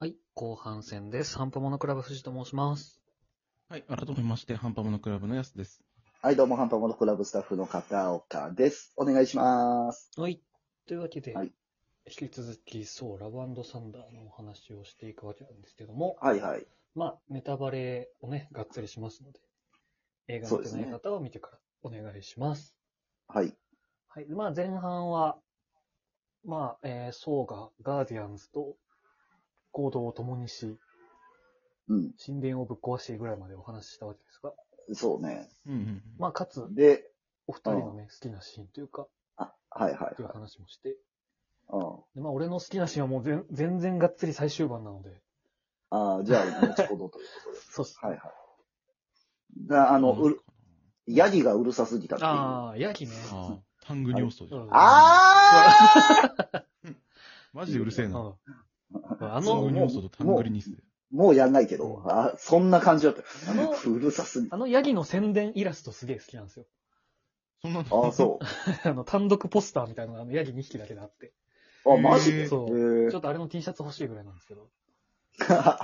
はい、後半戦です。ハンパモノクラブ藤と申します。はい、改めまして、ハンパモノクラブのやすです。はい、どうも、ハンパモノクラブスタッフの片岡です。お願いします。はい。というわけで、はい引き続き、そう、ラブサンダーのお話をしていくわけなんですけども、はいはい。まあ、ネタバレをね、がっつりしますので、映画そ見うでてすなねい方は見てからお願いします。はい。はい。まあ、前半は、まあ、えー、ソーがガーディアンズと行動を共にし、うん、神殿をぶっ壊してぐらいまでお話ししたわけですが、そうね。うんうん。まあ、かつ、で、お二人のね、好きなシーンというか、あ、はいはいという話もして、はい。でまあ、俺の好きなシーンはもう全全然がっつり最終盤なので、うん、あーじゃあ、後ほど ということで。そうっす。はいはい。だあの、うる、ヤギがうるさすぎたっていう。あああ、ヤギね。あータングニョーストじゃんうんあマジでうるせえな。うんあタンのグ、ニョーストとタングリニス で。ーもうやんないけど、あそんな感じだった。あの、うるさすぎあのヤギの宣伝イラストすげえ好きなんですよ。 そんなあのあ、そあの、単独ポスターみたいなのがあのヤギ2匹だけであって。う。あ、マジへでえそえう。ーちょっとあれの T シャツ欲しいぐらいなんですけど。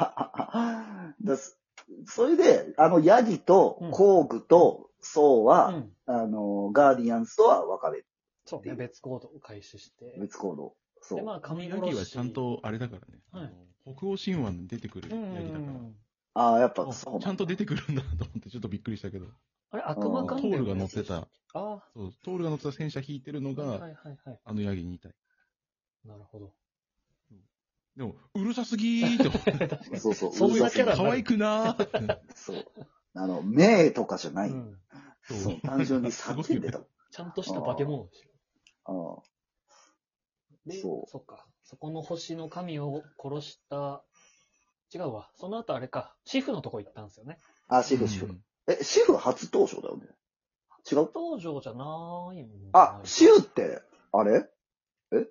だすそれで、あの、ヤギとうん、工具と、ソウうは、ん。あの、ガーディアンズとは分かれる。そうね、別行動を開始して。別行動。そで、う。まあ、神ヤ殺し。ギはちゃんと、あれだからね。はいあの北欧神話に出てくるうヤん。ギだから。ああ、やっぱ、あそうちゃんと出ててくるんだなと思ってちょっとびっくりしたけど。あれ、悪魔あト関ー連ルが乗ってた、ああそう、トールが乗ってた戦車引いてるのー、はいはが、いはいはい。あのヤギ2体。なるほど。 でも、うるさすぎーって思って。そう そう。そういうるさすぎキャラ可愛くなーって。 そう。あの、名とかじゃなうい。ん。そう。単純にす叫ごんいでよた。ねあちゃんとした化け物でしょ。あで、そうっか。そこの星の神を殺した、違うわ。その後あれか、シフのとこ行ったんですよね。あ、シェフ、シェうフん。え、シェフ初登場だよね。違う東場じゃないんだあ、シューって、あれえ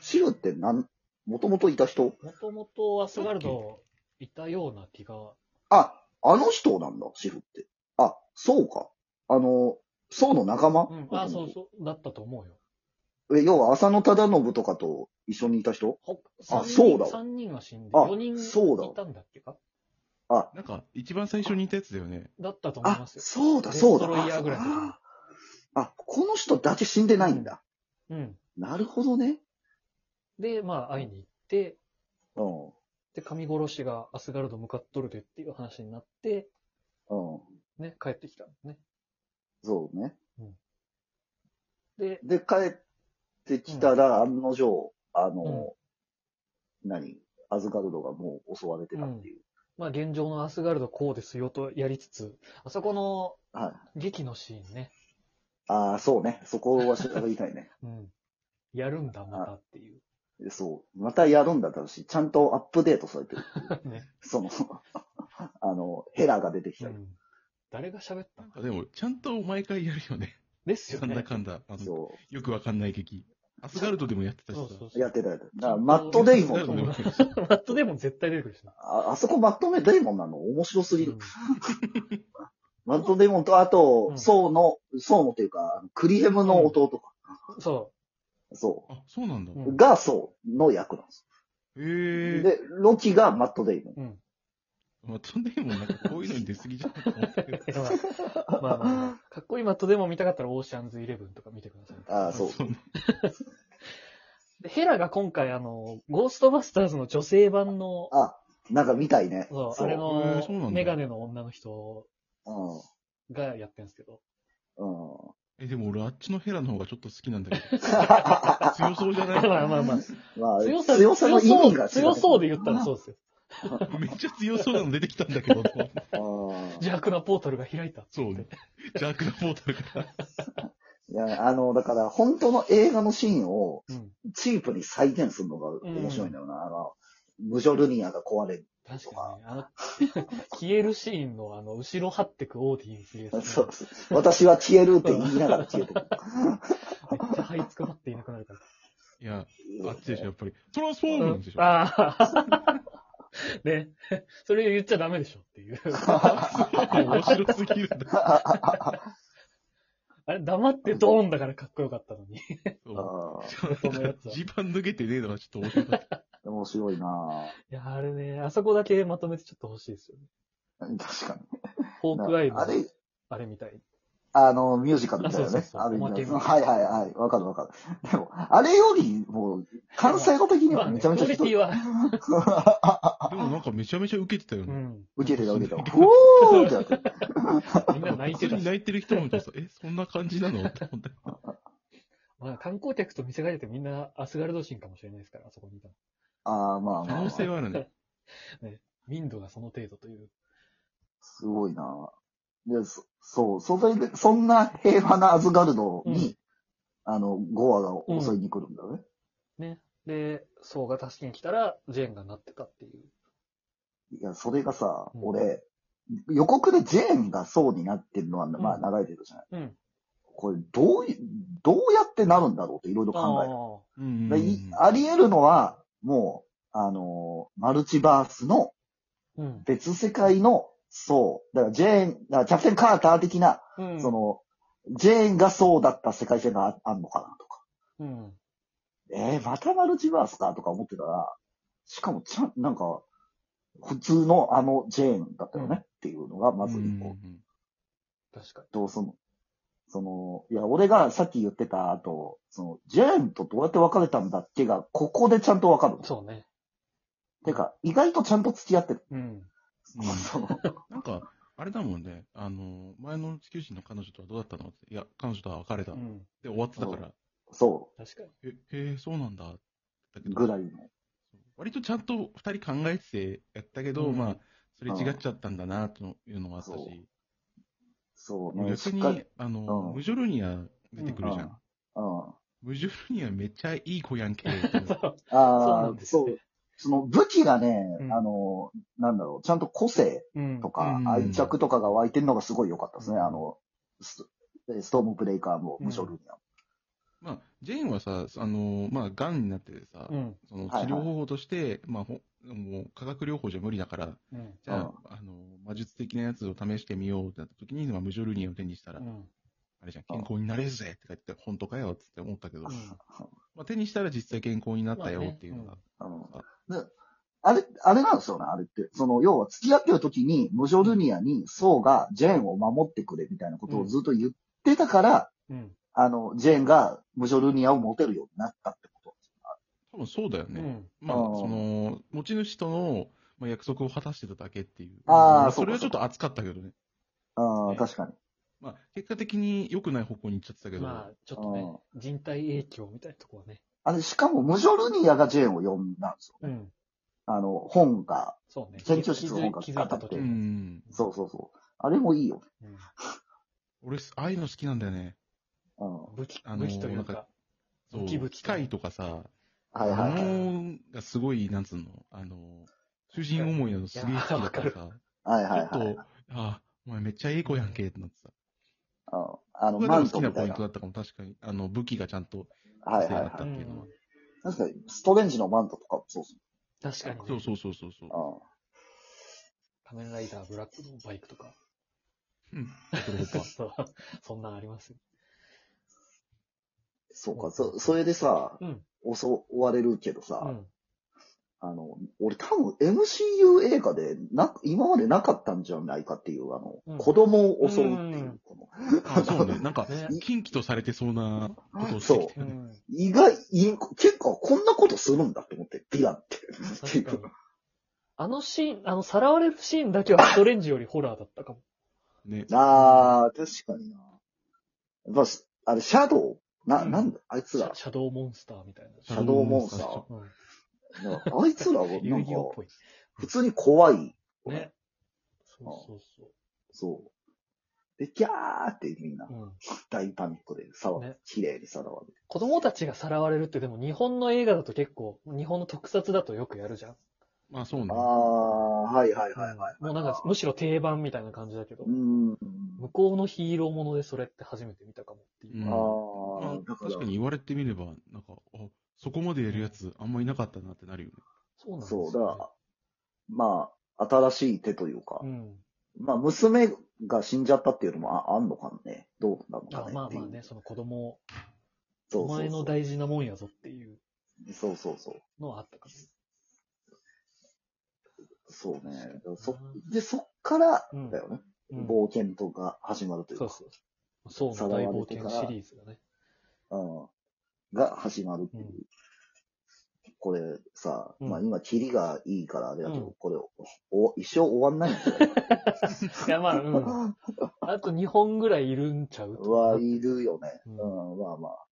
シューってなん、もともといた人もともとアスガルドいたような気が。あ、あの人なんだ、シフって。あ、そうか。あの、そうの仲間、うん。あ、そうそう、だったと思うよ。う。え、要は浅野忠信とかと一緒にいた人ほあ三人そうだわ三人は死んで、あ4人そうだわいたんだっけかなんか、一番最初にいたやつだよね。だったと思いあま、すよ。そうだ、そうだ。デストロイヤーぐらいの時ああ、この人だけ死んでないんだ。うん。なるほどね。で、まあ、会いに行って、うん。で、神殺しがアスガルド向かっとるでっていう話になって、うん。ね、帰ってきたんですね。そうね。で、で、帰ってきたら、案の定、あの、何アズガルドがもう襲われてたっていう。まあ現状のアスガルドこうですよとやりつつ、あそこのはい。劇のシーンね、ああ、そうね。そこは喋りたいね。 うん。やるんだ、またっていう。そう。またやるんだったし、ちゃんとアップデートされてる。 ね。その、 あの、ヘラが出てきうたり。ん。誰が喋ったのでも、ちゃんと毎回やるよね。ですよなんだね。かんだ。あのそよくわかんない劇。アスガルドでもやってたしさ。そうそうう。そう。やってたやつ。だからマットデイモンとアスガルドでもやかってたしマットでも絶対出てくるしな。あ、あそこマットデイモンなの面白すぎうるん。マットデイモンと、あと、うんソウの、ソウのというか、クリヘムの弟か。そそあ、そうなんだ。うへんう。が、ソウの役なんです。え。で、ロキがマットデイモン。う。うん。。まあ、とんでもなんかこういうのに出過ぎじゃないかと思ったけど まあまあまあ、かっこいいマットでも見たかったらオーシャンズイレブンとか見てください。ああ、そう。ねでヘラが今回あの、ゴーストバスターズの女性版の、あ、なんか見たいね。そう、あれへーそうなんのだメガネの女の人うん。がやってるんですけど。うん。え、でも俺あっちのヘラの方がちょっと好きなんだけど。ま強そうじゃまなあまあまあ。あ、強さ、強さの意味が違う。強そうで言ったらそうですよ。いめっちゃ強そうなの出てきたんだけど。うん。邪悪なポータルが開いた。そうね。ジャークなポータルから。いや、あの、だから、本当の映画のシーンを、うん。チープに再現するのが面白いんだよな。あの、ムジョルニアが壊れる。 確かにね。あの、 消えるシーンの、あの、後ろ張ってくオーディエンスです、ね。そう。私は消えるって言いながら消えてくる。めっちゃ這いつくばっていなくなるから。いや、あっちでしょ、やっぱり。トランスフォームなんでしょ。ああ。 ね。それ言っちゃダメでしょっていう。 面白すぎるんだ。あれ、黙ってドーンだからかっこよかったのに。そううんそのやつは。ジーパン脱げてねえのはちょっと面白かった。面白いないや、あれね、あそこだけまとめてちょっと欲しいですよね。ぁ。 確かに。ホークアイのあれ、あれみたいに。あの、ミュージカルみたいなあそうねそう。そうある意味おまの。けはいはいはい。わかるわかる。でも、あれよりも、完成度的にはめちゃめちゃまあねクオ人リティは。でもなんかめちゃめちゃ受けてたようね。 ん。受けてた受けてた。おーってなって。みんな泣いて普通たにし。泣いてる人もいたしえ、そんな感じなのって思った。まあ、観光客と見せられてみんなアスガルド神かもしれないですから、あそこにいたら。ああ、まあまあ可ま能あ。性はある ね。民度がその程度という。すごいなぁ。で、そそう、それで、そんな平和なアズガルドに、あの、ゴアが襲いに来るんだね。で、ソーが助けに来たら、ジェーンがなってたっていう。いや、それがさ、うん俺、予告でジェーンがそうになってるのは、まあ、うん流れてるじゃない。うん。これ、どうい、どうやってなるんだろうっていろいろ考うんうえんた。うでいん。あり得るのは、もう、あのーマルチバースのあー。うん。別世界の、そう、だからジェーン、だからキャプテン・カーター的な、うん。その、ジェーンがそうだった世界線がああんのかなとか。うん。えー、またマルチバースかとか思ってたら、しかもちゃん、なんか、普通のあのジェーンだったよねっていうのが、まず一個。うん確かと、その、その、いや、俺がさっき言ってた後、その、ジェーンとどうやって別れたんだっけが、ここでちゃんとわかるに。。そうね。てか、意外とちゃんと付き合ってる。うん。うんその、なんか、あれだもんね。あの、前の地球人の彼女とはどうだったのって。いや、彼女とは別れた。うで、ん。終わってたから。そ確かに。え、へえ、そうなんだ。だけう、どぐらいの。割とちゃんと二人考えてやったけど、うんまあ、それ違っちゃったんだな、というのもあったそし。そうね、逆しっかりに。、あの、うんムジョルニア出てくるじゃうんん。うん。ムジョルニアめっちゃいい子や んけ。って思っそたうなああん、ですよそう。その武器がね、うんあの、なんだろう、ちゃんと個性うんとかうん愛着とかが湧いてるのがすごい良かったですね。うんあのス、ストームブレイカーも無償ルーニアも。まあ、ジェーンはさ、あの、まあ、癌になっててさ、うん。その治はいはい療方法として、まあ、ほもう化学療法じゃ無理だから、うん。じゃあ、あの、魔術的なやつを試してみようってなった時に、まあ、ムジョルニアを手にしたら、うん。あれじゃん、健康になれるぜって書いてて、本当かよっつって思ったけど、うんまあ、手にしたら実際健康になったまあよねっていうのが。うんであれ、あれなんですよね、あれって。その、要は付き合ってる時に、無償ルーニアに、ソーがジェーンを守ってくれみたいなことをずっと言ってたから、うん。あの、ジェーンが無償ルーニアを持てるようになったってこ多分そうだようね。ん。まあ、あーその、持ち主との、まあ、約束を果たしてただけっていう。あーそれはちそょうっかと熱かったけどね。と。ああ、ね確かに。まあ、結果的に良くない方向に行っちゃってたけど、まあ、ちょっとね、人体影響みたいなとこはね。あれ、しかも無償ルーニアがジェーンを呼んだんですよ。うん。あの、本がそうね。研究室の方が気づいた時うに。ん。そうそうそう。あれもいいよ。うん俺、ああいうの好きなんだよね。うん。は武器、あの武器というなんかか。そう、器物機械とかさ、いあはいのはい。ーがすごい、なんつうの、あのー、主人思いなのすげえ好きだからさ、はいはいちょはっいと、あ、お前めっちゃええ子やんけってなってさ。うん。あの、僕マがン好トきなみポたイいンな。トだったかも、確かに。あの、武器がちゃんとはいはいだはったってい。いうのは。確かに、ストレンジのマントとかもそうっすね。確かにね。そうそうそうそうそう。う仮面ライダーブラックのバイクとか。うん。それとかそんなんありますよ。ん。そうか。そ、それでさ、うん。襲われるけどうさ、ん。あの、俺多分 MCU 映画でな、今までなかったんじゃないかっていう、あうん、の、子供を襲うっていううんこの、あそう ね。なんかね、近畿とされてそうなことをしてきてうるね。ん。意外、い結構こんなことするんだって思って、ヴィランって。ってい確うかに。あのシーン、あの、さらわれるシーンだけはストレンジよりホラーだったかも。ね。ああ、確かにな。やっぱ、あれ、シャドウな、うんなんだ、あいシつャら。シャドウモンスターみたいな。シャドウモンスター。うん。あいつらは、なん遊か戯王っぽい。普通に怖い。ね。そうそうそそう。で、ギャーってみんなう。、うん。大パニックで、さわね、綺麗にさらわれて。子供たちがさらわれるってでも日本の映画だと結構、日本の特撮だとよくやるじゃん。まあそうねあ。あ、はいはいはいはい。もうなんか、むしろ定番みたいな感じだけど、うーん。向こうのヒーローものでそれって初めて見たかもっていう。うんまあああ、だから確かに言われてみれば、なんか、あ、そこまでやるやつあんまいなかったなってなるよね。そうなんですよ、そね。う、だから、まあ、新しい手というか、うん。まあ、娘が死んじゃったっていうのもああんのかね。どうなのあかね。まあっていまあうね、。その子供、そうおそう前そのう。大事なもんやぞっていうそうそうそう。のはあったかも。そうね。だからそ確かにで、そっからうんだよね、うん冒険とか始まるというそうか、そう。そうの大冒険シリーズがね。うん、が始まるっていう。うんこれさ、うんまあ今、キリがいいからあれだけうど、んこれお、一生終わんないんだよ。いや、まあ、うん。 あと2本ぐらいいるんちゃうは、いるよね。ううんん、まあまあ。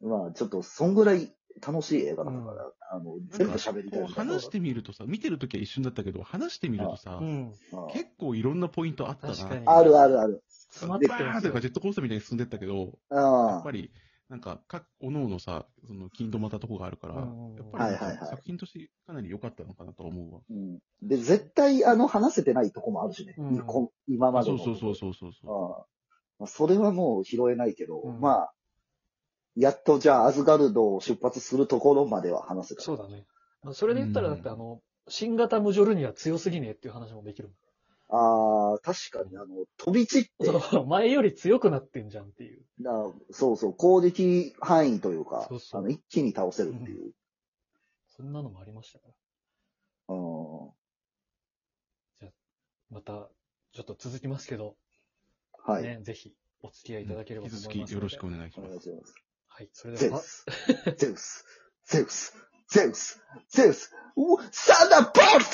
まあ、ちょっと、そんぐらい楽しい映画だかうら、んあの、全部喋りたいこみうたいな話してみるとさ、見てるときは一瞬だったけど、話してみるとさう、ん。うん結構いろんなポイントあったな。確かにあるあるある。詰まってバーまンすとよかジェットコースターみたいに進んでったけど、やあっぱり、なんか、各おののさ、その、金止まったとこがあるから、やうんっぱりなんか、はいはいはい作品としてかなり良かったのかなとは思うわ。うん。で、絶対、あの、話せてないとこもあるしね。うんこん今までその。うそうそうそうそうそう。ああまあそれはもう拾えないけど、うんまあ、やっとじゃあ、アズガルドを出発するところまでは話せた。そうだね。まあそれで言ったら、うだんって、あの、新型ムジョルニア強すぎねえっていう話もできるああ、確かに、あの、飛び散って、もん。そう、前より強くなってんじゃんっていう。なそうそう、攻撃範囲というか、そうそうあの一気に倒せるっていう。そんなのもありましたから。うんまた、ちょっと続きますけど、はい。ね、ぜひ、お付き合いいただければ引と思いますので。き続きよろしくお願いしおま願いす。します。はい、それゼでウは、ス、ゼウス、ゼウス、ゼウス、ゼウス、サンダーボルト